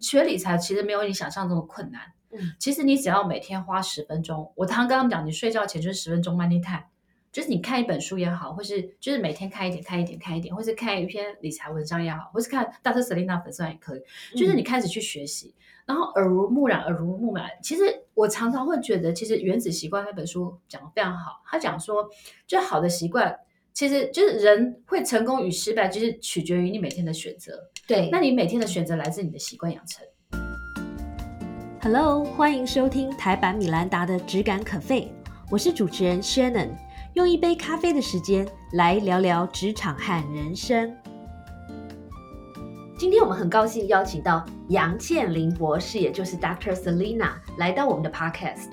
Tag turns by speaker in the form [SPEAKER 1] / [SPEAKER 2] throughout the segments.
[SPEAKER 1] 学理财其实没有你想象中的困难。
[SPEAKER 2] 嗯，
[SPEAKER 1] 其实你只要每天花十分钟，我常常跟他们讲，你睡觉前就是十分钟 money time，就是你看一本书也好，或是就是每天看一点、看一点、看一点，或是看一篇理财文章也好，或是看大特 Selina 粉丝团也可以，就是你开始去学习，然后耳濡目染，耳濡目染。其实我常常会觉得，其实《原子习惯》那本书讲的非常好，他讲说，就好的习惯。其实就是人会成功与失败，就是取决于你每天的选择。
[SPEAKER 2] 对。
[SPEAKER 1] 那你每天的选择来自你的习惯养成。
[SPEAKER 2] Hello，欢迎收听台版米兰达的《只感可废》，我是主持人 Shannon，用一杯咖啡的时间来聊聊职场和人生。今天我们很高兴邀请到杨倩玲博士，也就是 Dr. Selina，来到我们的 Podcast。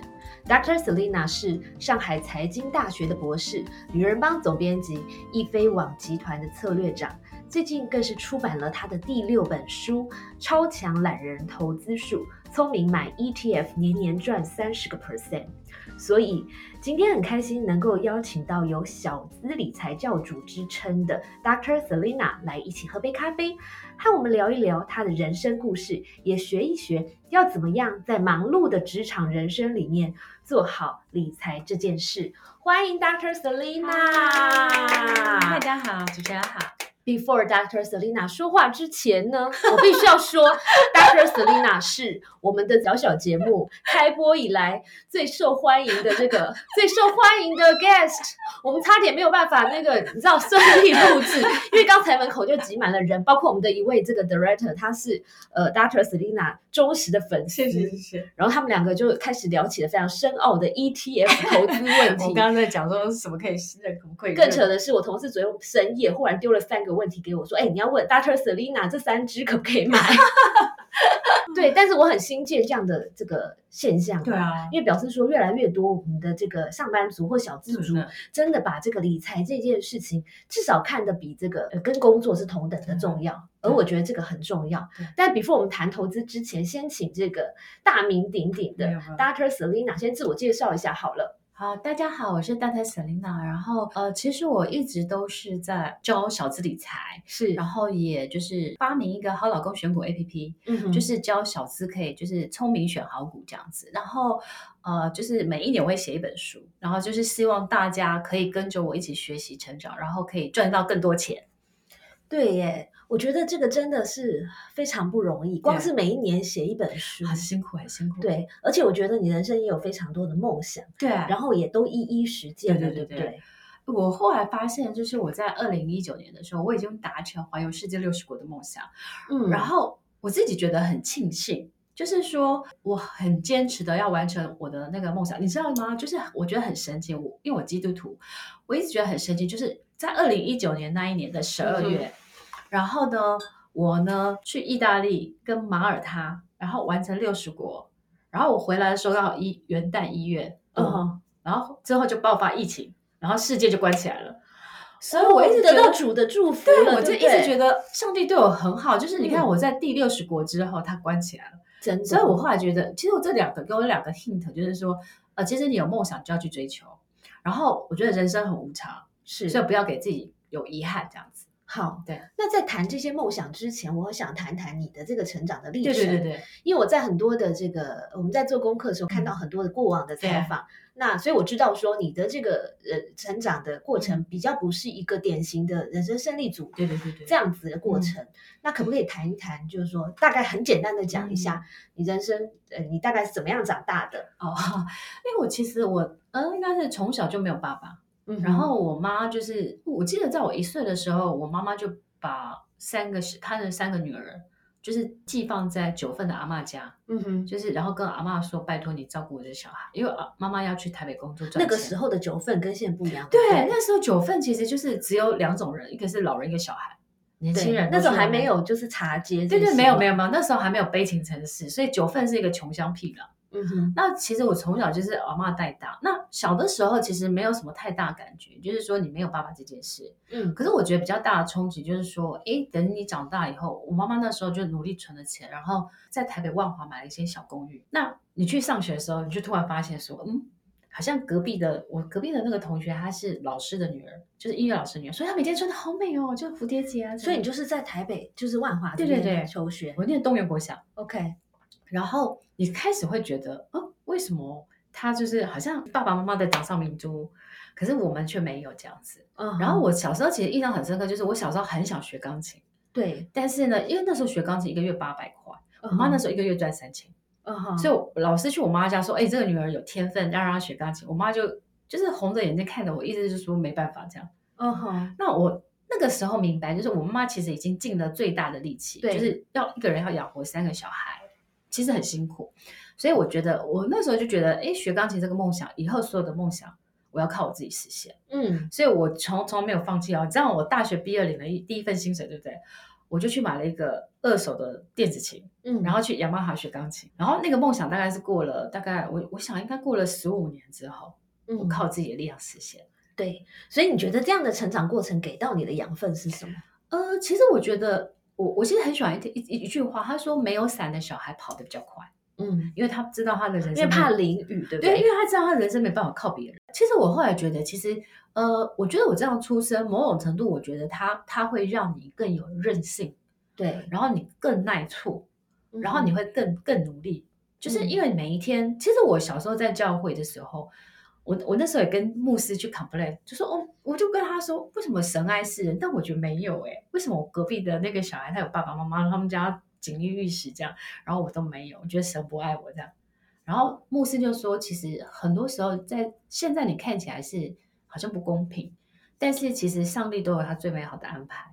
[SPEAKER 2] Dr. Selina 是上海财经大学的博士，女人帮总编辑，易飞网集团的策略长，最近更是出版了她的第六本书《超强懒人投资术》，聪明买 ETF 年年赚三十个 percent。所以今天很开心能够邀请到有“小资理财教主”之称的 Dr. Selina 来一起喝杯咖啡，和我们聊一聊她的人生故事，也学一学要怎么样在忙碌的职场人生里面做好理财这件事。欢迎 Dr. Selina。
[SPEAKER 1] 大家好，主持人好。
[SPEAKER 2] Before Dr. Selina 说话之前呢，我必须要说，Dr. Selina 是我们的小小节目开播以来最受欢迎的这个最受欢迎的 guest。我们差点没有办法那个，你知道顺利录制，因为刚才门口就挤满了人，包括我们的一位这个 director，他是呃 Dr. Selina 忠实的粉丝。
[SPEAKER 3] 谢谢谢谢。
[SPEAKER 2] 然后他们两个就开始聊起了非常深奥的 ETF 投资问
[SPEAKER 3] 我
[SPEAKER 2] 题。
[SPEAKER 3] 刚刚在讲说什么可以信任，可不可以认？
[SPEAKER 2] 更扯的是，我同事昨天深夜忽然丢了三个问题给我，说：“哎、你要问 Dr. Selina 这三只可不可以买？” 对，但是我很新见这样的这个现象，
[SPEAKER 3] 对，啊，
[SPEAKER 2] 因为表示说越来越多我们的这个上班族或小资
[SPEAKER 3] 自
[SPEAKER 2] 族
[SPEAKER 3] 主，
[SPEAKER 2] 真的把这个理财这件事情，至少看得比这个、呃跟工作是同等的重要。而
[SPEAKER 3] 嗯对
[SPEAKER 2] 我觉得这个很重要
[SPEAKER 3] 对。
[SPEAKER 2] 但 before 我们谈投资之前，先请这个大名鼎鼎的
[SPEAKER 3] 没有没有啊
[SPEAKER 2] Dr. Selina 先自我介绍一下好了。
[SPEAKER 1] 好，大家好，我是大太 Selina。然后呃，其实我一直都是在教小资理财，
[SPEAKER 2] 是
[SPEAKER 1] 然后也就是发明一个好老公选股 APP，、
[SPEAKER 2] 嗯
[SPEAKER 1] 就
[SPEAKER 2] 就是
[SPEAKER 1] 是教小资可以就是聪明选好股这样子。然后呃，就是每一年我会写一本书，然后就是希望大家可以跟着我一起学习成长，然后可以赚到更多钱。
[SPEAKER 2] 对耶，我觉得这个真的是非常不容易，光
[SPEAKER 3] 对
[SPEAKER 2] 是每一年写一本书。
[SPEAKER 1] 很辛苦，很辛苦。
[SPEAKER 2] 对，而且我觉得你人生也有非常多的梦想，
[SPEAKER 1] 对，
[SPEAKER 3] 啊
[SPEAKER 1] 然
[SPEAKER 2] 然后也都一一实践了，
[SPEAKER 1] 对对
[SPEAKER 2] 不
[SPEAKER 1] 对对我后来发现，就是我在二零一九年的时候，我已经达成环游世界六十国的梦想，
[SPEAKER 2] 嗯，
[SPEAKER 1] 然后我自己觉得很庆幸，就是说我很坚持的要完成我的那个梦想，你知道吗？就是我觉得很神奇，我因为我基督徒，我一直觉得很神奇，就是在二零一九年那一年的十二月，然后呢，我呢去意大利跟马耳他，然后完成六十国，然后我回来的时候刚好一元旦一月，
[SPEAKER 2] 嗯，
[SPEAKER 1] 然后之后就爆发疫情，然后世界就关起来了。所以
[SPEAKER 2] 哦
[SPEAKER 1] 我一直觉
[SPEAKER 2] 得
[SPEAKER 1] 得
[SPEAKER 2] 到主的祝福
[SPEAKER 1] 对，
[SPEAKER 2] 了，
[SPEAKER 1] 我就
[SPEAKER 2] 对
[SPEAKER 1] 一
[SPEAKER 2] 不对
[SPEAKER 1] 直觉得上帝对我很好，就是你看
[SPEAKER 2] 嗯
[SPEAKER 1] 我在第六十国之后，它关起来了，
[SPEAKER 2] 真的，
[SPEAKER 1] 所以我后来觉得，其实我这两个给我两个 hint，就是说，呃，其实你有梦想就要去追求，然后我觉得人生很无常，
[SPEAKER 2] 是
[SPEAKER 1] 所以不要给自己有遗憾这样子。
[SPEAKER 2] 好。
[SPEAKER 1] 对，
[SPEAKER 2] 那在谈这些梦想之前，我想谈谈你的这个成长的历
[SPEAKER 1] 对
[SPEAKER 2] 程。
[SPEAKER 1] 对对对，
[SPEAKER 2] 因为我在很多的这个我们在做功课的时候
[SPEAKER 1] 嗯
[SPEAKER 2] 看到很多的过往的采访，那所以我知道说你的这个呃成长的过程比较不是一个典型的人生胜利组
[SPEAKER 1] 嗯对对对对，嗯
[SPEAKER 2] 这样子的过程，那可不可以谈一谈，就是说大概很简单的讲一下
[SPEAKER 1] 嗯
[SPEAKER 2] 你人生呃你大概是怎么样长大的？
[SPEAKER 1] 哦，因为我其实我嗯、呃，应该是从小就没有爸爸，
[SPEAKER 2] 嗯
[SPEAKER 1] 然后我妈就是，我记得在我一岁的时候，我妈妈就把三个她的三个女儿，就是寄放在九份的阿嬷家，
[SPEAKER 2] 嗯哼，
[SPEAKER 1] 就是然后跟阿嬷说，拜托你照顾我的小孩，因为啊妈妈要去台北工作赚钱。
[SPEAKER 2] 那个时候的九份跟现在不一样，
[SPEAKER 1] 对
[SPEAKER 2] 不，
[SPEAKER 1] 那时候九份其实就是只有两种人，一个是老人，一个小孩，年
[SPEAKER 2] 对
[SPEAKER 1] 轻人
[SPEAKER 2] 那
[SPEAKER 1] 都
[SPEAKER 2] 时候
[SPEAKER 1] 是
[SPEAKER 2] 还
[SPEAKER 1] 老
[SPEAKER 2] 没
[SPEAKER 1] 人。
[SPEAKER 2] 有就是茶街
[SPEAKER 1] 对
[SPEAKER 2] 这些，
[SPEAKER 1] 对，没有没有没有，那时候还没有悲情城市，所以九份是一个穷乡僻壤。
[SPEAKER 2] 嗯哼，
[SPEAKER 1] 那其实我从小就是阿嬷带大，那小的时候其实没有什么太大感觉，就是说你没有爸爸这件事。
[SPEAKER 2] 嗯
[SPEAKER 1] 可是我觉得比较大的冲击就是说，诶，等你长大以后，我妈妈那时候就努力存了钱，然后在台北万华买了一间小公寓。那你去上学的时候，你就突然发现说，嗯，好像隔壁的我隔壁的那个同学，她是老师的女儿，就是音乐老师的女儿，所以她每天穿的好美哦，就蝴蝶结啊。
[SPEAKER 2] 所以你就是在台北，就是万华这
[SPEAKER 1] 对对
[SPEAKER 2] 边
[SPEAKER 1] 对
[SPEAKER 2] 求学
[SPEAKER 1] 我念动员国小，
[SPEAKER 2] ，OK，
[SPEAKER 1] 然后你开始会觉得，嗯，为什么他就是好像爸爸妈妈在掌上明珠，可是我们却没有这样子。
[SPEAKER 2] 嗯
[SPEAKER 1] 然后我小时候其实印象很深刻，就是我小时候很想学钢琴，
[SPEAKER 2] 对，
[SPEAKER 1] 但是呢，因为那时候学钢琴一个月八百块，我妈那时候一个月赚三千，
[SPEAKER 2] 嗯哼，
[SPEAKER 1] 所
[SPEAKER 2] 以
[SPEAKER 1] 以我我老师去我妈家说，哎、这个女儿有天分，要让她学钢琴，我妈就就是红着眼睛看着我，意思就是说没办法这样。
[SPEAKER 2] 嗯哼，
[SPEAKER 1] 那我那个时候明白，就是我妈妈其实已经尽了最大的力气，
[SPEAKER 2] 对
[SPEAKER 1] 就是要一个人要养活三个小孩，其实很辛苦。所以我觉得，我那时候就觉得，哎，学钢琴这个梦想，以后所有的梦想，我要靠我自己实现。
[SPEAKER 2] 嗯，
[SPEAKER 1] 所以我从从来没有放弃哦。你知道我大学毕业领了一第一份薪水，对不对？我就去买了一个二手的电子琴，
[SPEAKER 2] 嗯，
[SPEAKER 1] 然后去雅马哈学钢琴。然后那个梦想大概是过了大概我我想应该过了十五年之后，我
[SPEAKER 2] 嗯，
[SPEAKER 1] 靠自己的力量实现。
[SPEAKER 2] 对，所以你觉得这样的成长过程给到你的养分是什么？
[SPEAKER 1] 呃，其实我觉得，我我其实很喜欢一一一一句话，他说没有伞的小孩跑得比较快，
[SPEAKER 2] 嗯，
[SPEAKER 1] 因为他知道他的人生
[SPEAKER 2] 因为怕
[SPEAKER 1] 没有
[SPEAKER 2] 淋雨，对不
[SPEAKER 1] 对，因为他知道他人生没办法靠别人。其实我后来觉得，其实呃，我觉得我这样出生，某种程度我觉得他他会让你更有韧性，
[SPEAKER 2] 对，
[SPEAKER 1] 然后你更耐挫，然后你
[SPEAKER 2] 嗯
[SPEAKER 1] 会更更努力，就是
[SPEAKER 2] 嗯
[SPEAKER 1] 因为每一天，其实我小时候在教会的时候，我我那时候也跟牧师去 complain，就说哦，我就跟他说，为什么神爱世人？但我觉得没有诶、为什么我隔壁的那个小孩他有爸爸妈妈，他们家锦衣玉食这样，然后我都没有，我觉得神不爱我这样。然后牧师就说，其实很多时候在现在你看起来是好像不公平，但是其实上帝都有他最美好的安排。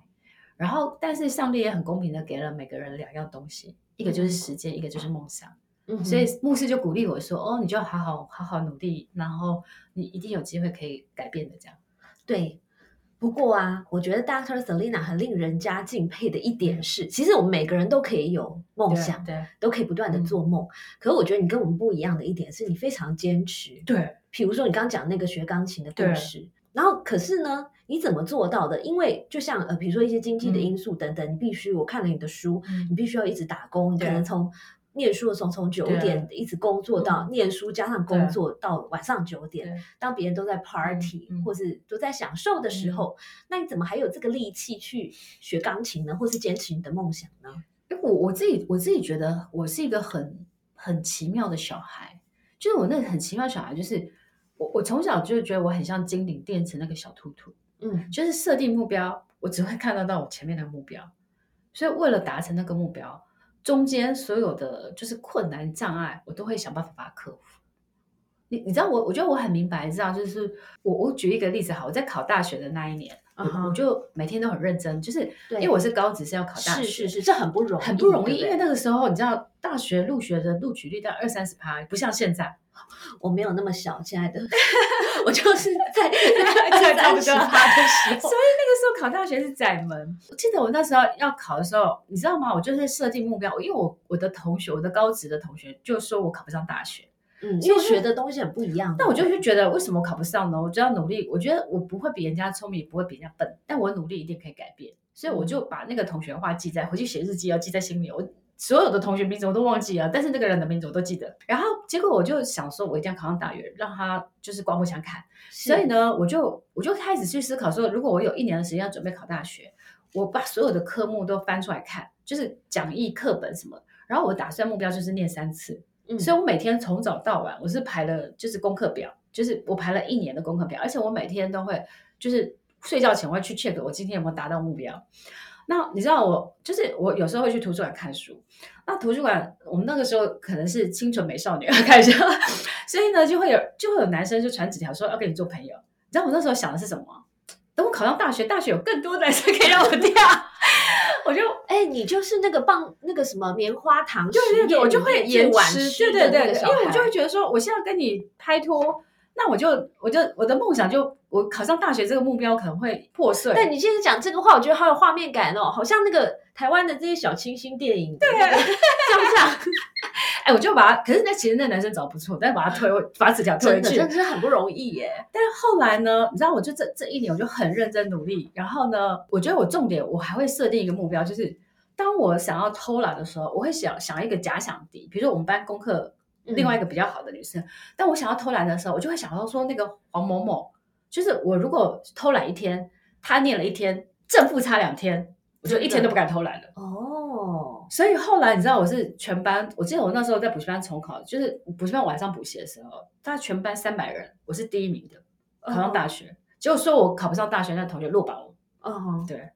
[SPEAKER 1] 然后，但是上帝也很公平的给了每个人两样东西，一个就是时间，一个就是梦想。
[SPEAKER 2] 嗯哼
[SPEAKER 1] 所以牧师就鼓励我说：“哦，你就好好好好努力，然后你一定有机会可以改变的。”这样，
[SPEAKER 2] 对。不过啊，我觉得 Dr. Selina 很令人家敬佩的一点是，其实我们每个人都可以有梦想，
[SPEAKER 1] 对
[SPEAKER 2] 都可以不断的
[SPEAKER 1] 嗯
[SPEAKER 2] 做梦。可是我觉得你跟我们不一样的一点是，你非常坚持。
[SPEAKER 1] 对
[SPEAKER 2] 比如说你刚刚讲那个学钢琴的故
[SPEAKER 1] 对
[SPEAKER 2] 事，然后可是呢，你怎么做到的？因为就像呃，比如说一些经济的
[SPEAKER 1] 嗯
[SPEAKER 2] 因素等等，你必须我看了你的书，你
[SPEAKER 1] 嗯
[SPEAKER 2] 必须要一直打工，你可
[SPEAKER 1] 对
[SPEAKER 2] 能从念书的时候从九
[SPEAKER 1] 对嗯
[SPEAKER 2] 点一直工作到念书加上工
[SPEAKER 1] 对
[SPEAKER 2] 作到晚上九点
[SPEAKER 1] 对，
[SPEAKER 2] 当别人都在 party
[SPEAKER 1] 嗯
[SPEAKER 2] 或是都在享受的时候，那你怎么还有这个力气去学钢琴呢？或是坚持你的梦想呢？
[SPEAKER 1] 因为我我自己我自己觉得我是一个很很奇妙的小孩，就是我那个很奇妙的小孩，就是我我从小就觉得我很像金顶电池那个小兔兔，
[SPEAKER 2] 嗯
[SPEAKER 1] 就是设定目标，我只会看得到我前面的目标，所以为了达成那个目标，中间所有的就是困难障碍，我都会想办法把它克服。你你知道我，我觉得我很明白，知道就是我我举一个例子好，我在考大学的那一年，我
[SPEAKER 2] 嗯哼
[SPEAKER 1] 我就每天都很认真，就是
[SPEAKER 2] 对
[SPEAKER 1] 因为我是高职是要考大学，
[SPEAKER 2] 是是是，这很不容易，
[SPEAKER 1] 很不容
[SPEAKER 2] 对
[SPEAKER 1] 易，
[SPEAKER 2] 不对
[SPEAKER 1] 因为那个时候你知道大学入学的录取率到二三十趴，不像现在，
[SPEAKER 2] 哦我没有那么小，亲爱的， 我就是在
[SPEAKER 1] 在
[SPEAKER 2] 在
[SPEAKER 1] 差
[SPEAKER 2] 三
[SPEAKER 1] 不
[SPEAKER 2] 十
[SPEAKER 1] 多
[SPEAKER 2] 八的时
[SPEAKER 1] 所
[SPEAKER 2] 候
[SPEAKER 1] 以，那个时候考大学是窄门。我记得我那时候要考的时候，你知道吗？我就是设定目标，我因为我我的同学，我的高职的同学就说我考不上大学，
[SPEAKER 2] 嗯，
[SPEAKER 1] 所以
[SPEAKER 2] 因
[SPEAKER 1] 我
[SPEAKER 2] 为
[SPEAKER 1] 就
[SPEAKER 2] 学的东西很不一样。
[SPEAKER 1] 那我就是觉得为什么考不上呢？我就要努力，我觉得我不会比人家聪明，也不会比人家笨，但我努力一定可以改变。所以我就把那个同学的话记在回去写日记，要记在心里。我所有的同学名字我都忘记了，但是那个人的名字我都记得。然后结果我就想说，我一定要考上大学，让他就是刮目相看。
[SPEAKER 2] 是，
[SPEAKER 1] 所以呢，我就我就开始去思考说，如果我有一年的时间要准备考大学，我把所有的科目都翻出来看，就是讲义、课本什么。然后我打算目标就是念三次，
[SPEAKER 2] 嗯，
[SPEAKER 1] 所以我每天从早到晚，我是排了就是功课表，就是我排了一年的功课表，而且我每天都会就是睡觉前我会去 check 我今天有没有达到目标。那你知道我就是我有时候会去图书馆看书，那图书馆我们那个时候可能是清纯美少女啊 开始，所以呢就会有就会有男生就传纸条说要跟你做朋友。你知道我那时候想的是什么吗？等我考上大学，大学有更多男生可以让我跳， 我就
[SPEAKER 2] 哎，你就是那个棒，那个什么棉花糖实
[SPEAKER 1] 对对
[SPEAKER 2] 验里
[SPEAKER 1] 对，
[SPEAKER 2] 面
[SPEAKER 1] 我
[SPEAKER 2] 最
[SPEAKER 1] 就
[SPEAKER 2] 晚
[SPEAKER 1] 会
[SPEAKER 2] 吃
[SPEAKER 1] 延
[SPEAKER 2] 的那个小孩，
[SPEAKER 1] 迟，对对对，对因为我就会觉得说，我现在跟你拍拖，那我就我就我的梦想就我考上大学这个目标可能会破碎。
[SPEAKER 2] 但你现在讲这个话，我觉得好有画面感哦，好像那个台湾的这些小清新电影，对，啊像不像？
[SPEAKER 1] 哎，我就把他，可是那其实那男生长得不错，但把他推，我把纸条推
[SPEAKER 2] 啊真
[SPEAKER 1] 回
[SPEAKER 2] 的，
[SPEAKER 1] 去
[SPEAKER 2] 真。的是很不容易耶。
[SPEAKER 1] 但后来呢，你知道，我就这这一年我就很认真努力，然后呢，我觉得我重点我还会设定一个目标，就是当我想要偷懒的时候，我会想想一个假想敌，比如说我们班功课另
[SPEAKER 2] 嗯
[SPEAKER 1] 外一个比较好的女生。但我想要偷懒的时候，我就会想到说，那个黄某某，就是我如果偷懒一天，他念了一天，正负差两天，我就一天都不敢偷懒了。
[SPEAKER 2] 哦，
[SPEAKER 1] 所以后来你知道我是全班，我记得我那时候在补习班重考，就是补习班晚上补习的时候，大概全班三百人，我是第一名的，考
[SPEAKER 2] 嗯
[SPEAKER 1] 上大学。结果说我考不上大学，那同学落榜我。
[SPEAKER 2] 哦，
[SPEAKER 1] 对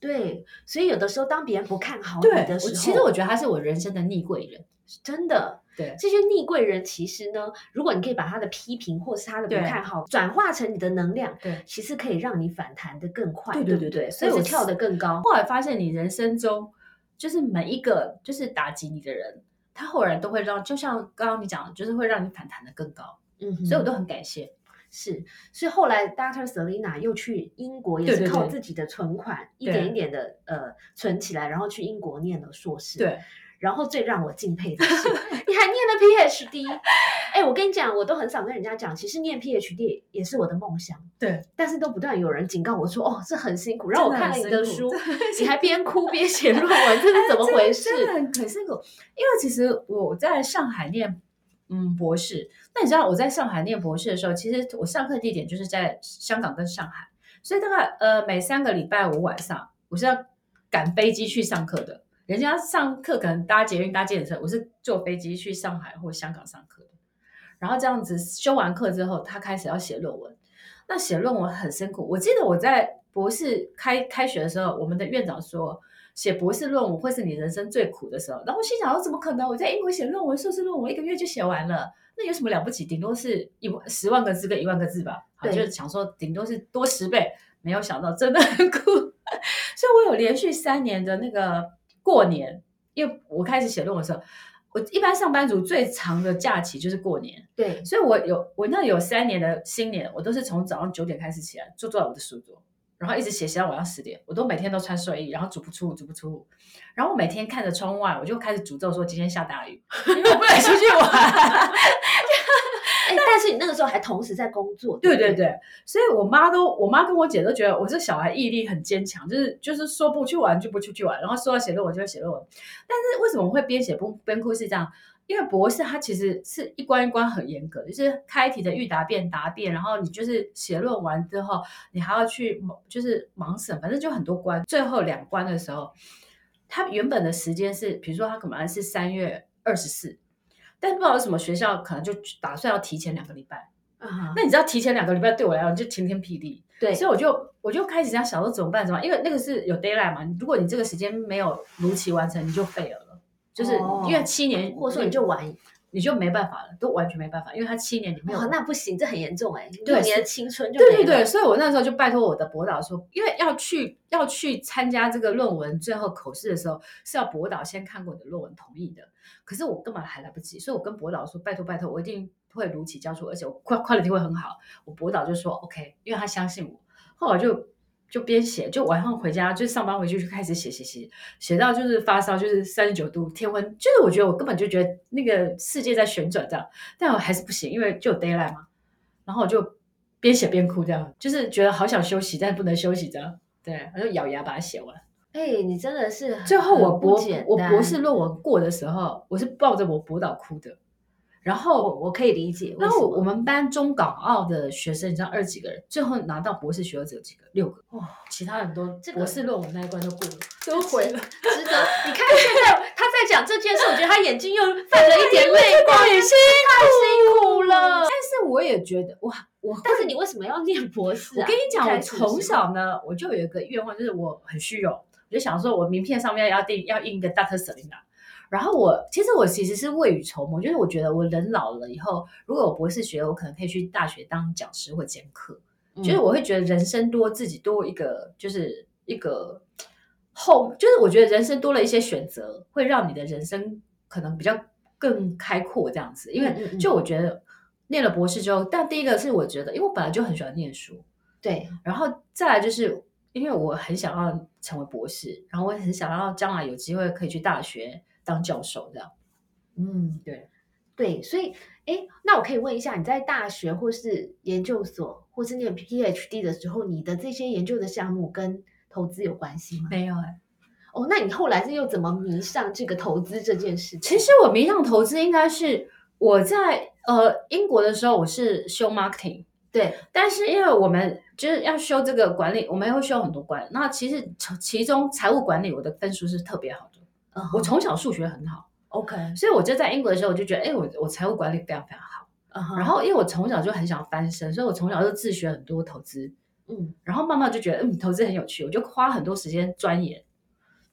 [SPEAKER 2] 对，所以有的时候当别人不看哦好你
[SPEAKER 1] 对，
[SPEAKER 2] 的
[SPEAKER 1] 我
[SPEAKER 2] 时候，
[SPEAKER 1] 其实我觉得他是我人生的逆贵人。
[SPEAKER 2] 真的
[SPEAKER 1] 对
[SPEAKER 2] 这些逆贵人，其实呢，如果你可以把他的批评或是他的不
[SPEAKER 1] 对
[SPEAKER 2] 看好转化成你的能量，
[SPEAKER 1] 对
[SPEAKER 2] 其实可以让你反弹的更快，
[SPEAKER 1] 对
[SPEAKER 2] 对
[SPEAKER 1] 对
[SPEAKER 2] 不
[SPEAKER 1] 对对
[SPEAKER 2] 所
[SPEAKER 1] 所以
[SPEAKER 2] 以我
[SPEAKER 1] 我
[SPEAKER 2] 跳
[SPEAKER 1] 是
[SPEAKER 2] 得更高。
[SPEAKER 1] 后来发现，你人生中就是每一个就是打击你的人，他后来都会让，就像刚刚你讲的，就是会让你反弹的更高。
[SPEAKER 2] 嗯哼，
[SPEAKER 1] 所以我都很感谢。
[SPEAKER 2] 是，所以后来 Dr. Selina 又去英国，也
[SPEAKER 1] 对
[SPEAKER 2] 是
[SPEAKER 1] 对
[SPEAKER 2] 靠
[SPEAKER 1] 对
[SPEAKER 2] 自己的存款一
[SPEAKER 1] 对
[SPEAKER 2] 点一点的呃存起来，然后去英国念了硕士。，
[SPEAKER 1] 对，
[SPEAKER 2] 然后最让我敬佩 的是，你还念了 PhD。哎，我跟你讲，我都很少跟人家讲，其实念 PhD 也是我的梦想。
[SPEAKER 1] 对，
[SPEAKER 2] 但是都不断有人警告我说，哦，这很辛苦。然后我
[SPEAKER 1] 真的
[SPEAKER 2] 看了
[SPEAKER 1] 很
[SPEAKER 2] 你的
[SPEAKER 1] 辛
[SPEAKER 2] 书
[SPEAKER 1] 苦真的，
[SPEAKER 2] 你还边哭边写论 文，这是怎么回事？
[SPEAKER 1] 真的很很辛苦，因为其实我在上海念嗯博士，那你知道我在上海念博士的时候，其实我上课地点就是在香港跟上海，所以大概呃每三个礼拜五晚上我是要赶飞机去上课的。人家上课可能搭捷运搭计程车，我是坐飞机去上海或香港上课的。然后这样子修完课之后，他开始要写论文。那写论文很辛苦。我记得我在博士开开学的时候，我们的院长说，写博士论文会是你人生最苦的时候。然后我心想，说怎么可能？我在英国写论文，硕士论文我一个月就写完了，那有什么了不起？顶多是一万十万个字跟一万个字吧。好，
[SPEAKER 2] 对
[SPEAKER 1] 就是想说顶多是多十倍。没有想到真的很苦， 所以我有连续三年的那个过年，因为我开始写论文的时候，我一般上班族最长的假期就是过年。
[SPEAKER 2] 对，
[SPEAKER 1] 所以我有我那有三年的新年，我都是从早上九点开始起来，就坐在我的书桌，然后一直写写到晚上十点，我都每天都穿睡衣，然后足不出户，足不出户，然后我每天看着窗外，我就开始诅咒说今天下大雨，因为我不能出去玩。
[SPEAKER 2] 哎，但是你那个时候还同时在工作，
[SPEAKER 1] 对
[SPEAKER 2] 不
[SPEAKER 1] 对对，所以我妈都，我妈跟我姐都觉得我这小孩毅力很坚强，就是就是说不去玩就不出去玩，然后说要写论文就要写论文。但是为什么我会边写不边哭是这样？因为博士它其实是一关一关很严格，就是开题的预答辩答辩，然后你就是写论完之后，你还要去忙就是盲审，反正就很多关。最后两关的时候，它原本的时间是，比如说它可能是三月二十四，但不知道为什么学校可能就打算要提前两个礼拜。
[SPEAKER 2] 啊，
[SPEAKER 1] 那你知道提前两个礼拜对我来讲就晴天霹雳，
[SPEAKER 2] 对，
[SPEAKER 1] 所以我就我就开始这样想说怎么办怎么办，因为那个是有 d a y l i g h t 嘛，如果你这个时间没有如期完成，你就废了了，就是
[SPEAKER 2] 哦
[SPEAKER 1] 因为七年，
[SPEAKER 2] 或者说你就玩，
[SPEAKER 1] 你就没办法了，都完全没办法，因为他七年你没有
[SPEAKER 2] 哇，哦那不行，这很严重哎，
[SPEAKER 1] 对
[SPEAKER 2] 你的青春就
[SPEAKER 1] 对
[SPEAKER 2] 没
[SPEAKER 1] 对
[SPEAKER 2] 了
[SPEAKER 1] 对，所以我那时候就拜托我的博导说，因为要去要去参加这个论文最后口试的时候，是要博导先看过我的论文同意的。可是我根本还来不及，所以我跟博导说，拜托拜托，我一定会如期交出，而且我快快 u a 会很好。我博导就说 OK，因为他相信我。后来就就边写，就晚上回家就上班回去就开始写写写，写到就是发烧，就是三十九度天温，就是我觉得我根本就觉得那个世界在旋转这样，但我还是不行，因为就有 d a y l i g h t 嘛。然后我就边写边哭，这样就是觉得好想休息，但是不能休息这样。对，我就咬牙把它写完。
[SPEAKER 2] 哎、你真的是很
[SPEAKER 1] 最后我
[SPEAKER 2] 很
[SPEAKER 1] 博
[SPEAKER 2] 不简
[SPEAKER 1] 我
[SPEAKER 2] 单
[SPEAKER 1] 博士，论文过的时候，我是抱着我博导哭的。然
[SPEAKER 2] 我
[SPEAKER 1] 后
[SPEAKER 2] 哦我可以理解为什么。
[SPEAKER 1] 然后我们班中港澳的学生，你知道二十几个人，最后拿到博士学位只有几个，六个。
[SPEAKER 2] 哇
[SPEAKER 1] 其他人都
[SPEAKER 2] 这个
[SPEAKER 1] 博士论文那一关都过了，
[SPEAKER 2] 值
[SPEAKER 1] 都毁了。
[SPEAKER 2] 值得。你看现在他在讲这件事，我觉得他眼睛又泛了一 点泪光，也是太辛苦了。
[SPEAKER 1] 但是我也觉得哇，我
[SPEAKER 2] 但是你为什么要念博士、啊？
[SPEAKER 1] 我跟你讲，我
[SPEAKER 2] 开始的时候
[SPEAKER 1] 从小呢，我就有一个愿望，就是我很虚荣，我就想说，我名片上面要定要印一个 Dr. Selina。然后我其实我其实是未雨绸缪，就是我觉得我人老了以后，如果有博士学位，我可能可以去大学当讲师或兼课。
[SPEAKER 2] 嗯
[SPEAKER 1] 就是我会觉得人生多自己多一个，就是一个后，就是我觉得人生多了一些选择，会让你的人生可能比较更开阔这样子。因
[SPEAKER 2] 嗯嗯
[SPEAKER 1] 为
[SPEAKER 2] 嗯
[SPEAKER 1] 就我觉得念了博士之后，但第一个是我觉得，因为我本来就很喜欢念书，
[SPEAKER 2] 嗯对
[SPEAKER 1] 然后再来就是因为我很想要成为博士，然后我也很想要将来有机会可以去大学当教授这样。嗯，对，
[SPEAKER 2] 对，所以哎，那我可以问一下，你在大学或是研究所或是念 PhD 的时候，你的这些研究的项目跟投资有关系吗？
[SPEAKER 1] 没有哎、
[SPEAKER 2] 哦，那你后来是又怎么迷上这个投资这件事情？
[SPEAKER 1] 其实我迷上投资应该是我在呃英国的时候，我是修 marketing，
[SPEAKER 2] 对，
[SPEAKER 1] 但是因为我们就是要修这个管理，我们会修很多管。那其实其其中财务管理我的分数是特别好的，
[SPEAKER 2] 嗯
[SPEAKER 1] 我
[SPEAKER 2] 哼
[SPEAKER 1] 从小数学很好，
[SPEAKER 2] OK，
[SPEAKER 1] 所以我就在英国的时候，我就觉得，哎，我我财务管理非常非常好。
[SPEAKER 2] 嗯哼
[SPEAKER 1] 然后因为我从小就很想翻身，所以我从小就自学很多投资，
[SPEAKER 2] 嗯，
[SPEAKER 1] 然后慢慢就觉得，嗯，投资很有趣，我就花很多时间钻研。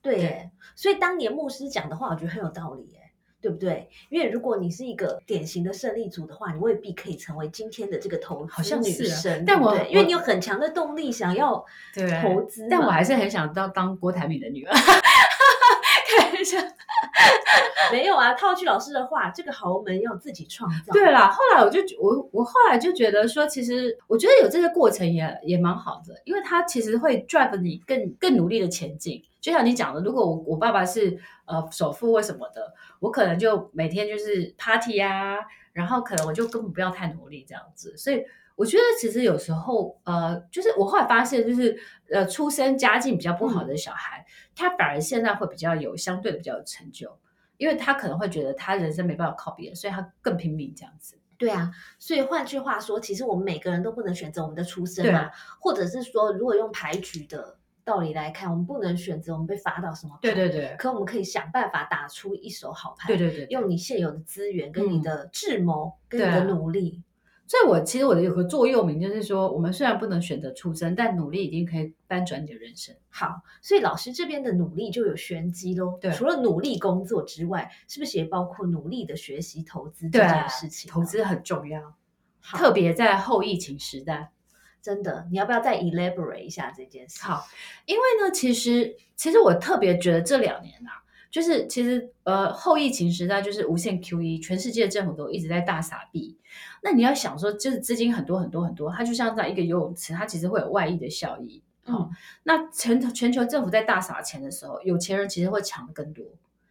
[SPEAKER 2] 对
[SPEAKER 1] 对
[SPEAKER 2] 耶，所以当年牧师讲的话，我觉得很有道理耶，对不对？因为如果你是一个典型的胜利组的话，你未必可以成为今天的这个投
[SPEAKER 1] 好
[SPEAKER 2] 资
[SPEAKER 1] 像
[SPEAKER 2] 女
[SPEAKER 1] 是啊
[SPEAKER 2] 神，
[SPEAKER 1] 但
[SPEAKER 2] 对不
[SPEAKER 1] 我
[SPEAKER 2] 对因为
[SPEAKER 1] 我
[SPEAKER 2] 你有很强的动力想要
[SPEAKER 1] 对
[SPEAKER 2] 投资嘛，
[SPEAKER 1] 但我还是很想当当郭台铭的女儿。开玩笑，
[SPEAKER 2] 没有啊。套句老师的话，这个豪门要自己创造，
[SPEAKER 1] 对啦，后来我就我我后来就觉得说，其实我觉得有这个过程也也蛮好的，因为它其实会 drive 你更更努力的前进。就像你讲的，如果我我爸爸是呃首富或什么的，我可能就每天就是 party 啊，然后可能我就根本不要太努力这样子。所以我觉得其实有时候呃，就是我后来发现，就是呃出生家境比较不好的小孩，他反而现在会比较有相对的比较有成就。因为他可能会觉得他人生没办法靠别人，所以他更拼命这样子。
[SPEAKER 2] 对啊，所以换句话说，其实我们每个人都不能选择我们的出身
[SPEAKER 1] 对
[SPEAKER 2] 嘛，或者是说，如果用牌局的道理来看，我们不能选择我们被罚到什么牌，
[SPEAKER 1] 对对对，
[SPEAKER 2] 可我们可以想办法打出一手好牌，
[SPEAKER 1] 对对对。
[SPEAKER 2] 用你现有的资源、跟你
[SPEAKER 1] 嗯
[SPEAKER 2] 的智谋、跟你
[SPEAKER 1] 对
[SPEAKER 2] 的
[SPEAKER 1] 啊
[SPEAKER 2] 努力，
[SPEAKER 1] 所以我其实我的有个座右铭就是说，我们虽然不能选择出身，但努力一定可以翻转你的人生。
[SPEAKER 2] 好，所以老师这边的努力就有玄机喽。
[SPEAKER 1] 对
[SPEAKER 2] 除了努力工作之外，是不是也包括努力的学习、投资这
[SPEAKER 1] 对啊
[SPEAKER 2] 件事情呢？
[SPEAKER 1] 投资很重要，
[SPEAKER 2] 好
[SPEAKER 1] 特别在后疫情时代。
[SPEAKER 2] 真的，你要不要再 elaborate 一下这件事？
[SPEAKER 1] 好，因为呢，其实其实我特别觉得这两年啊，就是其实呃后疫情时代就是无限 QE，全世界政府都一直在大撒币。那你要想说，就是资金很多很多很多，它就像在一个游泳池，它其实会有外溢的效益。好
[SPEAKER 2] 嗯
[SPEAKER 1] 那全全球政府在大撒钱的时候，有钱人其实会抢的更多。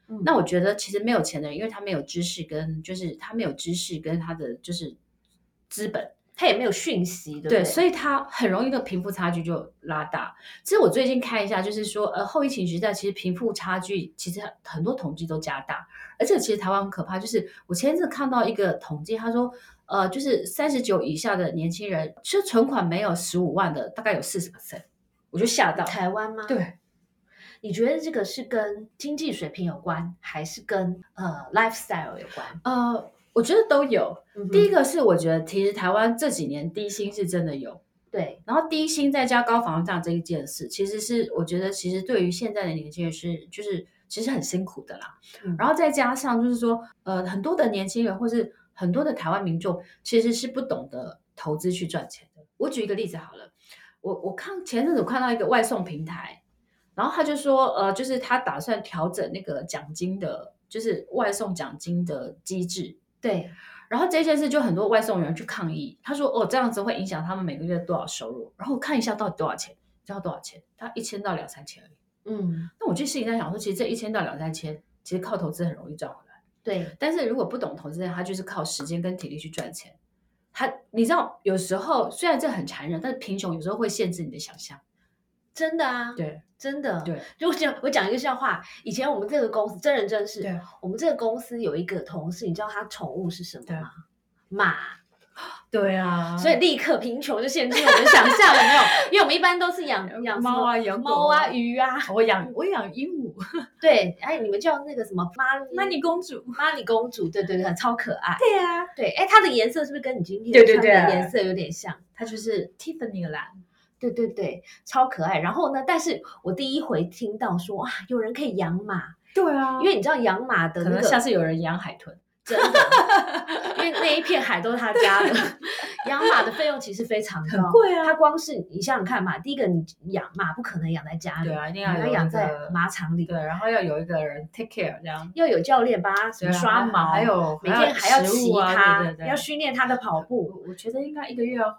[SPEAKER 2] 嗯
[SPEAKER 1] 那我觉得其实没有钱的人，因为他没有知识跟就是他没有知识跟他的就是资本，
[SPEAKER 2] 他也没有讯息，对不
[SPEAKER 1] 对，
[SPEAKER 2] 对
[SPEAKER 1] 所以他很容易的贫富差距就拉大。其实我最近看一下，就是说呃后疫情时代，其实贫富差距其实很多统计都加大，而且其实台湾很可怕，就是我前一阵看到一个统计，他说呃就是三十九以下的年轻人，其实存款没有十五万的大概有四十 percent，我就吓到。
[SPEAKER 2] 台湾吗？，
[SPEAKER 1] 对，
[SPEAKER 2] 你觉得这个是跟经济水平有关，还是跟呃 lifestyle 有关？
[SPEAKER 1] 呃，我觉得都有。第
[SPEAKER 2] 第
[SPEAKER 1] 一
[SPEAKER 2] 一个
[SPEAKER 1] 个是我觉得，其实台湾这几年低薪是真的有，
[SPEAKER 2] 对，
[SPEAKER 1] 然后低薪再加高房价这一件事，其实是我觉得其实对于现在的年轻人是就是其实很辛苦的啦。
[SPEAKER 2] 嗯
[SPEAKER 1] 然后再加上就是说，呃，很多的年轻人或是很多的台湾民众其实是不懂得投资去赚钱的。我举一个例子好了，我我看前阵子我看到一个外送平台，然后他就说，呃，就是他打算调整那个奖金的，就是外送奖金的机制。
[SPEAKER 2] 对，
[SPEAKER 1] 然后这件事就很多外送员去抗议，他说哦这样子会影响他们每个月多少收入。然后我看一下到底多少钱，你知道多少钱？他一千到两三千而已。
[SPEAKER 2] 嗯，
[SPEAKER 1] 那我就心里在想说，其实这一千到两三千，其实靠投资很容易赚回来。
[SPEAKER 2] 对，
[SPEAKER 1] 但是如果不懂投资的人，他就是靠时间跟体力去赚钱。他你知道，有时候虽然这很残忍，但是贫穷有时候会限制你的想象。
[SPEAKER 2] 真的啊，
[SPEAKER 1] 对
[SPEAKER 2] 真的，
[SPEAKER 1] 对
[SPEAKER 2] 就我讲我讲一个笑话，以前我们这个公司真人真事，
[SPEAKER 1] 对
[SPEAKER 2] 我们这个公司有一个同事，你知道他宠物是什么
[SPEAKER 1] 对
[SPEAKER 2] 吗？马，
[SPEAKER 1] 对啊
[SPEAKER 2] 所以立刻贫穷就限制我们的想象，有没有？因为我们一般都是养 养什么
[SPEAKER 1] 猫啊养狗
[SPEAKER 2] 猫啊、
[SPEAKER 1] 啊
[SPEAKER 2] 鱼啊，
[SPEAKER 1] 我养我养鹦鹉，
[SPEAKER 2] 对，哎，你们叫那个什么妈咪，
[SPEAKER 1] 公主
[SPEAKER 2] 妈咪公主，对对对，超可爱，
[SPEAKER 1] 对啊，
[SPEAKER 2] 对，哎，它的颜色是不是跟你今天
[SPEAKER 1] 对对
[SPEAKER 2] 穿
[SPEAKER 1] 对
[SPEAKER 2] 的颜色有点像？
[SPEAKER 1] 她就是 Tiffany 蓝，
[SPEAKER 2] 对对对，超可爱。然后呢？但是我第一回听到说，哇，有人可以养马，
[SPEAKER 1] 对啊
[SPEAKER 2] 因为你知道养马的
[SPEAKER 1] 可
[SPEAKER 2] 那个
[SPEAKER 1] 能下次有人养海豚。
[SPEAKER 2] 真的， 因为那一片海都是他家的。养马的费用其实非常高，
[SPEAKER 1] 很贵啊
[SPEAKER 2] 他光是你想想看嘛，第一个你养马不可能养在家里，
[SPEAKER 1] 对啊，一定
[SPEAKER 2] 你
[SPEAKER 1] 要
[SPEAKER 2] 要
[SPEAKER 1] 有
[SPEAKER 2] 养
[SPEAKER 1] 一
[SPEAKER 2] 在
[SPEAKER 1] 个
[SPEAKER 2] 马场里，
[SPEAKER 1] 对，然后要有一个人 take care 这样，
[SPEAKER 2] 要有教练帮他什
[SPEAKER 1] 对
[SPEAKER 2] 么
[SPEAKER 1] 啊
[SPEAKER 2] 刷
[SPEAKER 1] 还
[SPEAKER 2] 毛，
[SPEAKER 1] 还有
[SPEAKER 2] 每天还要
[SPEAKER 1] 食
[SPEAKER 2] 骑
[SPEAKER 1] 物啊
[SPEAKER 2] 它，
[SPEAKER 1] 对对对
[SPEAKER 2] 要训练它的跑步。
[SPEAKER 1] 我我觉得应该一个月要花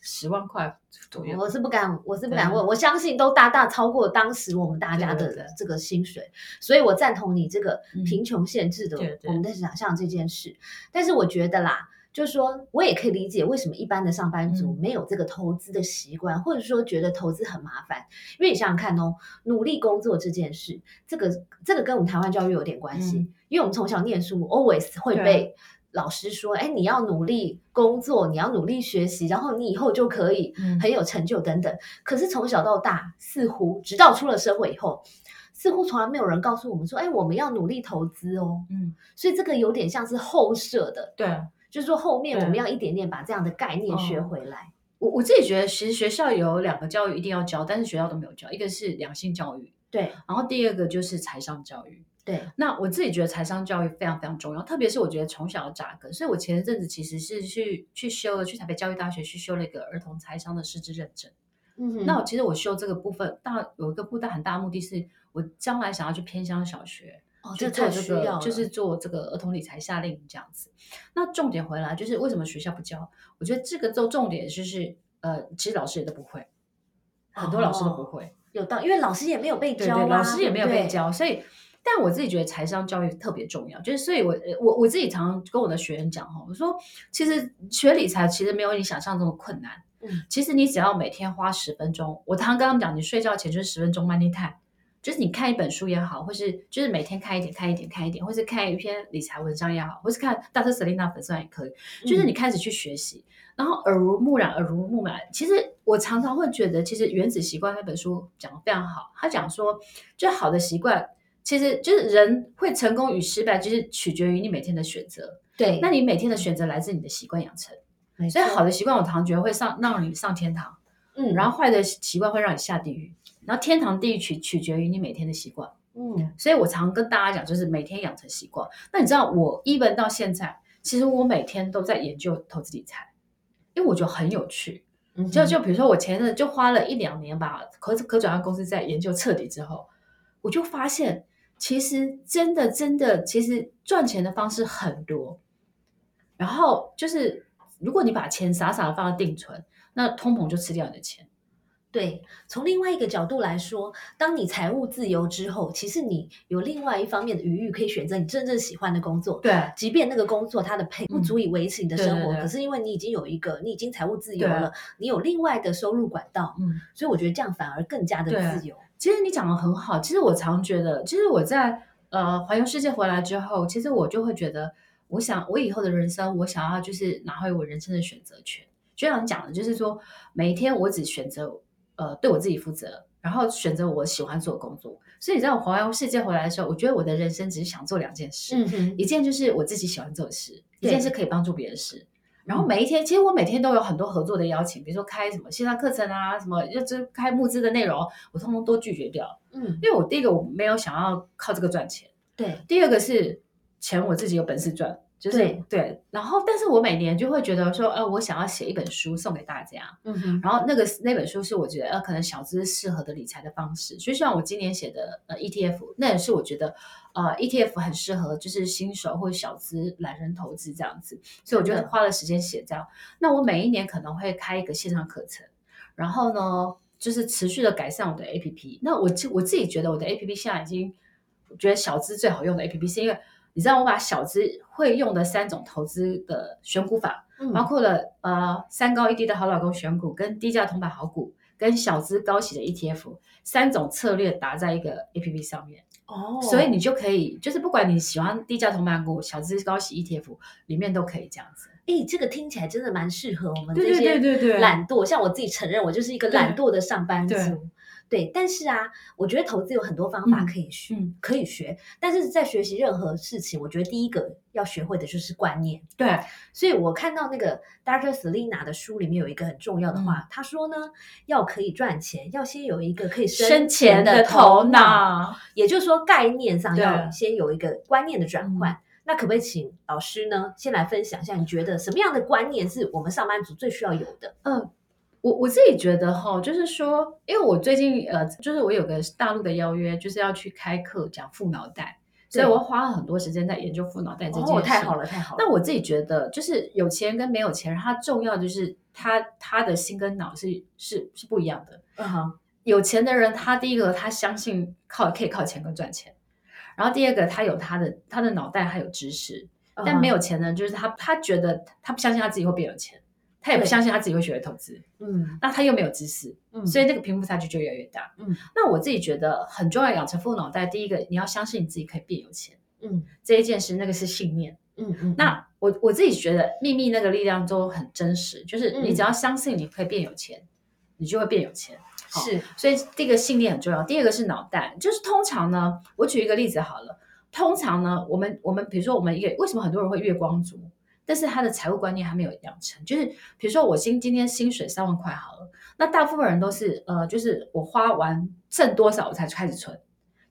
[SPEAKER 1] 十万块左右。
[SPEAKER 2] 我是不敢，我是不
[SPEAKER 1] 对啊
[SPEAKER 2] 敢问。我相信都大大超过当时我们大家
[SPEAKER 1] 对对
[SPEAKER 2] 的
[SPEAKER 1] 对
[SPEAKER 2] 这个薪水，所以我赞同你这个
[SPEAKER 1] 嗯
[SPEAKER 2] 贫穷限制的
[SPEAKER 1] 对对
[SPEAKER 2] 我们的想象这件事。但是我觉得啦，就是说我也可以理解为什么一般的上班族
[SPEAKER 1] 嗯
[SPEAKER 2] 没有这个投资的习惯，或者说觉得投资很麻烦。因为你想想看哦，努力工作这件事，这个这个跟我们台湾教育有点关系，
[SPEAKER 1] 嗯
[SPEAKER 2] 因为我们从小念书 always 会
[SPEAKER 1] 对啊
[SPEAKER 2] 被老师说，哎，你要努力工作，你要努力学习，然后你以后就可以
[SPEAKER 1] 嗯
[SPEAKER 2] 很有成就等等。可是从小到大，似乎直到出了社会以后，似乎从来没有人告诉我们说，哎，我们要努力投资哦。
[SPEAKER 1] 嗯，
[SPEAKER 2] 所以这个有点像是后设的，
[SPEAKER 1] 对啊，
[SPEAKER 2] 就是说后面
[SPEAKER 1] 对
[SPEAKER 2] 我们要一点点把这样的概念学
[SPEAKER 1] 哦
[SPEAKER 2] 回来。
[SPEAKER 1] 我我自己觉得，其实学校有两个教育一定要教，但是学校都没有教，一个是良性教育，
[SPEAKER 2] 对
[SPEAKER 1] 然后第二个就是财商教育。
[SPEAKER 2] 对，
[SPEAKER 1] 那我自己觉得财商教育非常非常重要，特别是我觉得从小要扎根。所以我前一阵子其实是去去修了，去台北教育大学去修了一个儿童财商的师资认证。
[SPEAKER 2] 嗯哼，
[SPEAKER 1] 那我其实我修这个部分，大有一个不大很大的目的是，我将来想要去偏乡小学，
[SPEAKER 2] 哦，
[SPEAKER 1] 去
[SPEAKER 2] 这
[SPEAKER 1] 做
[SPEAKER 2] 太
[SPEAKER 1] 这
[SPEAKER 2] 需要
[SPEAKER 1] 个
[SPEAKER 2] 了，
[SPEAKER 1] 就是做这个儿童理财夏令营这样子。那重点回来就是为什么学校不教？我觉得这个重重点就是呃，其实老师也都不会，很多老师都不
[SPEAKER 2] 哦
[SPEAKER 1] 会，
[SPEAKER 2] 有道，因为老师也没有被
[SPEAKER 1] 对
[SPEAKER 2] 教啊，
[SPEAKER 1] 对，老师也没有
[SPEAKER 2] 对
[SPEAKER 1] 被
[SPEAKER 2] 不对。
[SPEAKER 1] 教，所以。但我自己觉得财商教育特别重要，就是所以我，我我自己常常跟我的学员讲哈，我说其实学理财其实没有你想象中的困难，
[SPEAKER 2] 嗯，
[SPEAKER 1] 其实你只要每天花十分钟，我常常跟他们讲，你睡觉前就是十分钟 money time，就是你看一本书也好，或是就是每天看一点、看一点、看一点，或是看一篇理财文章也好，或是看大特 Selina 粉丝团也可以，就是你开始去学习，然后耳濡目染，耳濡目染。其实我常常会觉得，其实《原子习惯》那本书讲的非常好，他讲说，就好的习惯。其实就是人会成功与失败，就是取决于你每天的选择。
[SPEAKER 2] 对，
[SPEAKER 1] 那你每天的选择来自你的习惯养成，
[SPEAKER 2] 没
[SPEAKER 1] 所以
[SPEAKER 2] 错
[SPEAKER 1] 好的习惯，我常常觉得会上让你上天堂。
[SPEAKER 2] 嗯，
[SPEAKER 1] 然
[SPEAKER 2] 后
[SPEAKER 1] 后坏的习惯会让你下地狱，然后天堂地狱取取决于你每天的习惯。
[SPEAKER 2] 嗯，
[SPEAKER 1] 所以我常跟大家讲，就是每天养成习惯。那你知道我 even 到现在，其实我每天都在研究投资理财，因为我觉得很有趣。
[SPEAKER 2] 嗯
[SPEAKER 1] 就
[SPEAKER 2] 哼
[SPEAKER 1] 就比如说我前阵就花了一两年吧，可可转换公司在研究彻底之后，我就发现其实真的真的，其实赚钱的方式很多。然后就是如果你把钱傻傻的放在定存，那通膨就吃掉你的钱。
[SPEAKER 2] 对，从另外一个角度来说，当你财务自由之后，其实你有另外一方面的余裕，可以选择你真正喜欢的工作。
[SPEAKER 1] 对，
[SPEAKER 2] 即便那个工作它的配不
[SPEAKER 1] 嗯
[SPEAKER 2] 足以维持你的
[SPEAKER 1] 对
[SPEAKER 2] 生
[SPEAKER 1] 对
[SPEAKER 2] 活，
[SPEAKER 1] 对
[SPEAKER 2] 可是因为你已经有一个，你已经财务自由
[SPEAKER 1] 对啊
[SPEAKER 2] 了，你有另外的收入管道，
[SPEAKER 1] 嗯，
[SPEAKER 2] 所以我觉得这样反而更加
[SPEAKER 1] 对
[SPEAKER 2] 的自由。
[SPEAKER 1] 其实你讲的很好。其实我常觉得，其实我在呃环游世界回来之后，其实我就会觉得，我想我以后的人生，我想要就是拿回我人生的选择权。就像你讲的，就是说每一天我只选择呃对我自己负责，然后选择我喜欢做的工作。所以你在我环游世界回来的时候，我觉得我的人生只是想做两件事，
[SPEAKER 2] 哼，
[SPEAKER 1] 一件就是我自己喜欢做的事，一
[SPEAKER 2] 对嗯
[SPEAKER 1] 件是可以帮助别人的事。然后每一天，其实我每天都有很多合作的邀请，比如说开什么线上课程啊，什么要这开募资的内容，我通通都拒绝掉，
[SPEAKER 2] 嗯，
[SPEAKER 1] 因为我第一个我没有想要靠这个赚钱，
[SPEAKER 2] 对，
[SPEAKER 1] 第二个是钱我自己有本事赚，就是
[SPEAKER 2] 对
[SPEAKER 1] 然后，但是我每年就会觉得说，呃，我想要写一本书送给大家，
[SPEAKER 2] 嗯哼，
[SPEAKER 1] 然后那个那本书是我觉得呃可能小资适合的理财的方式，所以像我今年写的呃 ETF，那也是我觉得呃 ETF 很适合就是新手或者小资懒人投资这样子，所以我就
[SPEAKER 2] 真的
[SPEAKER 1] 花了时间写这样。那我每一年可能会开一个线上课程，然后呢就是持续的改善我的 APP。那我自我自己觉得我的 APP 现在已经我觉得小资最好用的 APP 是因为。你知道我把小资会用的三种投资的选股法，
[SPEAKER 2] 嗯
[SPEAKER 1] 包括了呃三高一低的好老公选股，跟低价同板好股，跟小资高息的 ETF 三种策略打在一个 APP 上面，
[SPEAKER 2] 哦，
[SPEAKER 1] 所以你就可以就是不管你喜欢低价同板股、小资高息 ETF 里面都可以这样子。
[SPEAKER 2] 诶，这个听起来真的蛮适合我们
[SPEAKER 1] 对
[SPEAKER 2] 这
[SPEAKER 1] 对
[SPEAKER 2] 些
[SPEAKER 1] 对对对，
[SPEAKER 2] 懒惰，像我自己承认，我就是一个懒
[SPEAKER 1] 对
[SPEAKER 2] 惰的上班族
[SPEAKER 1] 对。
[SPEAKER 2] 对，但是啊，我觉得投资有很多方法
[SPEAKER 1] 嗯
[SPEAKER 2] 可以学，
[SPEAKER 1] 嗯
[SPEAKER 2] 可以学。但是在学习任何事情，我觉得第一个要学会的就是观念。
[SPEAKER 1] 对，
[SPEAKER 2] 所以我看到那个 Dr. Selina 的书里面有一个很重要的
[SPEAKER 1] 嗯
[SPEAKER 2] 话，她说呢，要可以赚钱，要先有一个可以
[SPEAKER 1] 生前
[SPEAKER 2] 钱
[SPEAKER 1] 的
[SPEAKER 2] 头
[SPEAKER 1] 头，脑，
[SPEAKER 2] 也就是说概念上
[SPEAKER 1] 对嗯
[SPEAKER 2] 要先有一个观念的转换。那可不可以请老师呢，先来分享一下，你觉得什么样的观念是我们上班族最需要有的？
[SPEAKER 1] 嗯，我我自己觉得哈，就是说，因为我最近呃，就是我有个大陆的邀约，就是要去开课讲富脑袋，所以
[SPEAKER 2] 对
[SPEAKER 1] 我花了很多时间在研究富脑袋这件事。
[SPEAKER 2] 哦，太好了，太好了。
[SPEAKER 1] 但我自己觉得，就是有钱人跟没有钱人，他重要就是他他的心跟脑是是是不一样的。
[SPEAKER 2] 嗯哼，
[SPEAKER 1] 有钱的人，他第一个他相信靠可以靠钱跟赚钱，然后第二个他有他的他的脑袋还有知识，但没
[SPEAKER 2] 有，
[SPEAKER 1] 有钱呢，就是他他觉得他不相信他自己会变有钱，他也不
[SPEAKER 2] 对
[SPEAKER 1] 相信他自己会学会投资，
[SPEAKER 2] 嗯
[SPEAKER 1] 那他又没有知识，
[SPEAKER 2] 嗯，
[SPEAKER 1] 所
[SPEAKER 2] 以
[SPEAKER 1] 以那个贫富差距就越来越大。
[SPEAKER 2] 嗯
[SPEAKER 1] 那我自己觉得很重要，养成富脑袋，第一个你要相信你自己可以变有钱
[SPEAKER 2] 嗯
[SPEAKER 1] 这一件事，那个是信念。
[SPEAKER 2] 嗯嗯，
[SPEAKER 1] 那我我自己觉得秘密那个力量都很真实，就是你只要相信你可以变有钱，你就会变有钱。好
[SPEAKER 2] 是
[SPEAKER 1] 所以第一个信念很重要，第二个是脑袋，就是通常呢，我举一个例子好了，通常呢，我们我们比如说我们一个为什么很多人会月光族，但是他的财务观念还没有养成，就是比如说我今今天薪水三万块好了，那大部分人都是呃，就是我花完剩多少我才开始存，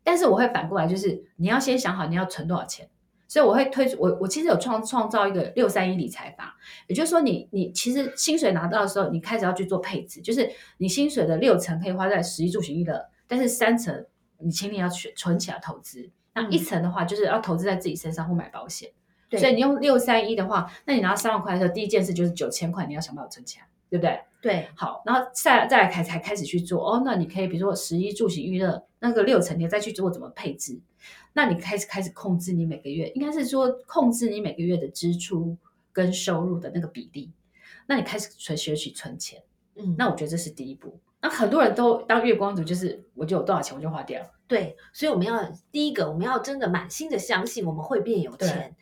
[SPEAKER 1] 但是我会反过来，就是你要先想好你要存多少钱。所以我会推出我我其实有创创造一个六三一理财法，也就是说你你其实薪水拿到的时候，你开始要去做配置，就是你薪水的六成可以花在食衣住行娱乐，但是三成你请你要去存起来投资，那一层的话就是要投资在自己身上或买保险。
[SPEAKER 2] 对
[SPEAKER 1] 所以你用六三一的话，那你拿三万块的时候，第一件事就是九千块你要想办法存起来，对不对？
[SPEAKER 2] 对
[SPEAKER 1] 好，然后再再来开才开始去做哦。那你可以比如说十一住行娱乐那个六层，你再去做怎么配置。那你开始开始控制你每个月，应该是说控制你每个月的支出跟收入的那个比例。那你开始存学习存钱，
[SPEAKER 2] 嗯
[SPEAKER 1] 那我觉得这是第一步。那很多人都当月光族，就是我就有多少钱我就花掉。
[SPEAKER 2] 对，所以我们要第一个，我们要真的满心的相信我们会变有
[SPEAKER 1] 对
[SPEAKER 2] 钱，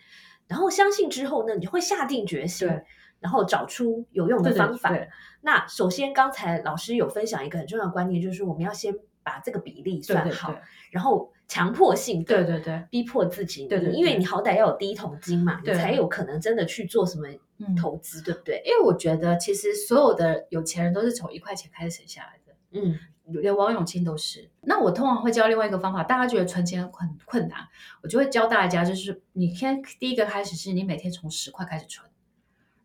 [SPEAKER 2] 然后相信之后呢，你就会下定决心
[SPEAKER 1] 对，
[SPEAKER 2] 然后找出有用的
[SPEAKER 1] 对对
[SPEAKER 2] 方法。
[SPEAKER 1] 对
[SPEAKER 2] 那首先，刚才老师有分享一个很重要的观念，就是我们要先把这个比例
[SPEAKER 1] 对
[SPEAKER 2] 算
[SPEAKER 1] 对
[SPEAKER 2] 好，然后强迫性
[SPEAKER 1] 对对
[SPEAKER 2] 的
[SPEAKER 1] 对，
[SPEAKER 2] 逼迫自己，
[SPEAKER 1] 对对
[SPEAKER 2] 你因为
[SPEAKER 1] 对
[SPEAKER 2] 你好歹要有第一桶金嘛，你
[SPEAKER 1] 对
[SPEAKER 2] 才有可能真的去做什么
[SPEAKER 1] 嗯
[SPEAKER 2] 投资，对不对？
[SPEAKER 1] 因为我觉得其实所有的有钱人都是从一块钱开始省下来的。
[SPEAKER 2] 嗯，
[SPEAKER 1] 连王永庆都是。那我通常会教另外一个方法，大家觉得存钱很困困难，我就会教大家，就是你先第一个开始是你每天从十块开始存，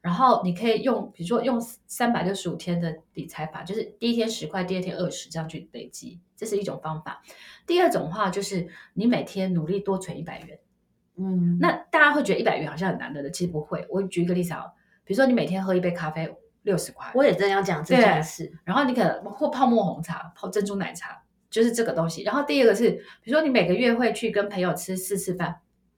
[SPEAKER 1] 然后你可以用，比如说用三百六十五天的理财法，就是第一天十块，第二天二十，这样去累积，这是一种方法。第二种的话就是你每天努力多存一百元。
[SPEAKER 2] 嗯，
[SPEAKER 1] 那大家会觉得一百元好像很难得的，其实不会。我举一个例子啊，比如说你每天喝一杯咖啡六十块，
[SPEAKER 2] 我也真的要讲这
[SPEAKER 1] 对
[SPEAKER 2] 件事，
[SPEAKER 1] 然后你可能或泡沫红茶、泡珍珠奶茶，就是这个东西。然后第二个是，比如说你每个月会去跟朋友吃四次饭，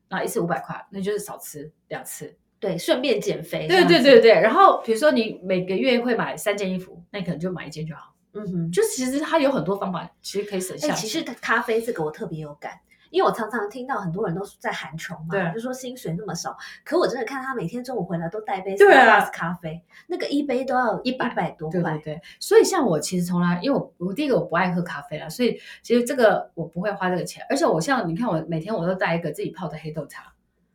[SPEAKER 1] 然后一次五百块，那就是少吃两次。
[SPEAKER 2] 对，顺便减肥，
[SPEAKER 1] 对对，对对。然后比如说你每个月会买三件衣服，那你可能就买一件就好。
[SPEAKER 2] 嗯哼。
[SPEAKER 1] 就其实它有很多方法，其实可以省
[SPEAKER 2] 哎、
[SPEAKER 1] 下钱。
[SPEAKER 2] 其实咖啡这个我特别有感，因为我常常听到很多人都在喊穷嘛，
[SPEAKER 1] 对
[SPEAKER 2] 就说薪水那么少，可我真的看他每天中午回来都带杯
[SPEAKER 1] 对啊
[SPEAKER 2] Starbucks 咖啡，那个一杯都要一
[SPEAKER 1] 100
[SPEAKER 2] 百多
[SPEAKER 1] 对对
[SPEAKER 2] 块，
[SPEAKER 1] 对，所以像我其实从来，因为我我第一个我不爱喝咖啡啦，所以其实这个我不会花这个钱。而且我像你看，我每天我都带一个自己泡的黑豆茶，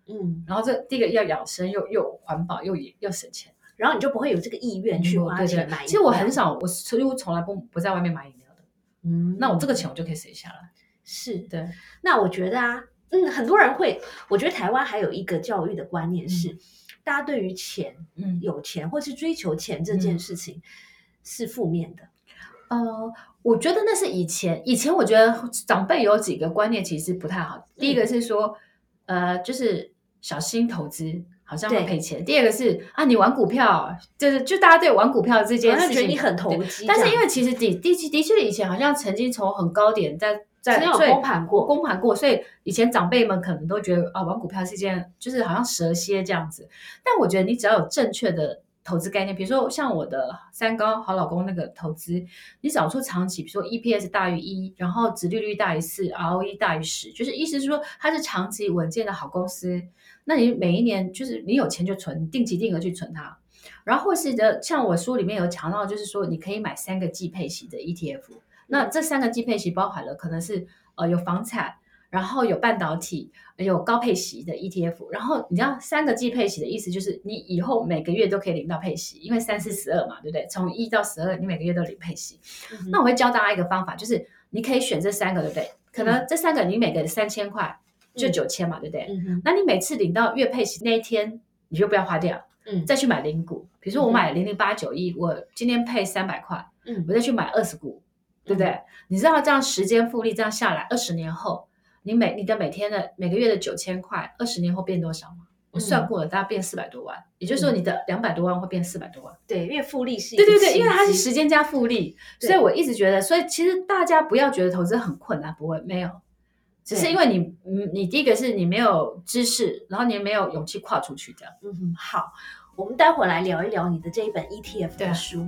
[SPEAKER 2] 嗯，
[SPEAKER 1] 然后这第一个要养生，又又环保，又也又省钱。
[SPEAKER 2] 然后你就不会有这个意愿去
[SPEAKER 1] 嗯
[SPEAKER 2] 花
[SPEAKER 1] 对
[SPEAKER 2] 钱
[SPEAKER 1] 对
[SPEAKER 2] 买饮料。啊
[SPEAKER 1] 其实我很少，我几乎从来不不在外面买饮料的。
[SPEAKER 2] 嗯，
[SPEAKER 1] 那我这个钱我就可以省下来。
[SPEAKER 2] 是，
[SPEAKER 1] 对，
[SPEAKER 2] 那我觉得啊，嗯，很多人会，我觉得台湾还有一个教育的观念是，大家对于钱、
[SPEAKER 1] 嗯，
[SPEAKER 2] 有钱或是追求钱这件事情是负面的，
[SPEAKER 1] 呃，我觉得那是以前，以前我觉得长辈有几个观念其实不太好。第一
[SPEAKER 2] 嗯
[SPEAKER 1] 个是说，呃，就是小心投资。好像会
[SPEAKER 2] 对
[SPEAKER 1] 赔钱。第二个是啊，你玩股票，就是就大家对玩股票这件
[SPEAKER 2] 好
[SPEAKER 1] 事
[SPEAKER 2] 像
[SPEAKER 1] 情，
[SPEAKER 2] 哦觉得你很投机这样，
[SPEAKER 1] 但是因为其实的的确的确以前好像曾经从很高点在在
[SPEAKER 2] 曾经有
[SPEAKER 1] 最
[SPEAKER 2] 崩盘过
[SPEAKER 1] 崩盘过，所以以前长辈们可能都觉得啊玩股票是一件就是好像蛇蝎这样子，但我觉得你只要有正确的。投资概念，比如说像我的三高好老公那个投资，你找出长期，比如说 EPS 大于一，然后殖利率大于四，ROE 大于十，就是意思是说它是长期稳健的好公司。那你每一年就是你有钱就存，定期定额去存它，然后或是的，像我书里面有强调，就是说你可以买三个季配息的 E ETF。那这三个季配息包含了可能是呃有房产，然后有半导体，有高配息的 ETF。然后你知道三个季配息的意思就是你以后每个月都可以领到配息，因为三四十二嘛，对不对？从一到十二，你每个月都领配息。
[SPEAKER 2] 嗯
[SPEAKER 1] 那我会教大家一个方法，就是你可以选这三个，对不对？可能这三个你每个三千块就
[SPEAKER 2] 嗯
[SPEAKER 1] 九千嘛，对不对？
[SPEAKER 2] 嗯哼，
[SPEAKER 1] 那你每次领到月配息那一天，你就不要花掉，
[SPEAKER 2] 嗯
[SPEAKER 1] 再去买零股。比如说我买零零八九一，我今天配三百块，
[SPEAKER 2] 嗯
[SPEAKER 1] 我再去买二十股，对不对？你知道这样时间复利这样下来，二十年后，你每你的每天的每个月的九千块，二十年后变多少吗？我
[SPEAKER 2] 嗯
[SPEAKER 1] 算过了，大概变四百多万，也就是说你的两百多万会变四百多万。
[SPEAKER 2] 对，因为复利是一
[SPEAKER 1] 对对
[SPEAKER 2] 个
[SPEAKER 1] 对，因为
[SPEAKER 2] 契
[SPEAKER 1] 它是
[SPEAKER 2] 机
[SPEAKER 1] 时间加复利，
[SPEAKER 2] 对
[SPEAKER 1] 所以我一直觉得，所以其实大家不要觉得投资很困难，不会没有，只是
[SPEAKER 2] 对
[SPEAKER 1] 因为你，嗯你第一个是你没有知识，然后你也没有勇气跨出去这样。
[SPEAKER 2] 嗯哼，好，我们待会儿来聊一聊你的这一本 ETF
[SPEAKER 1] 对
[SPEAKER 2] 的
[SPEAKER 1] 啊
[SPEAKER 2] 书。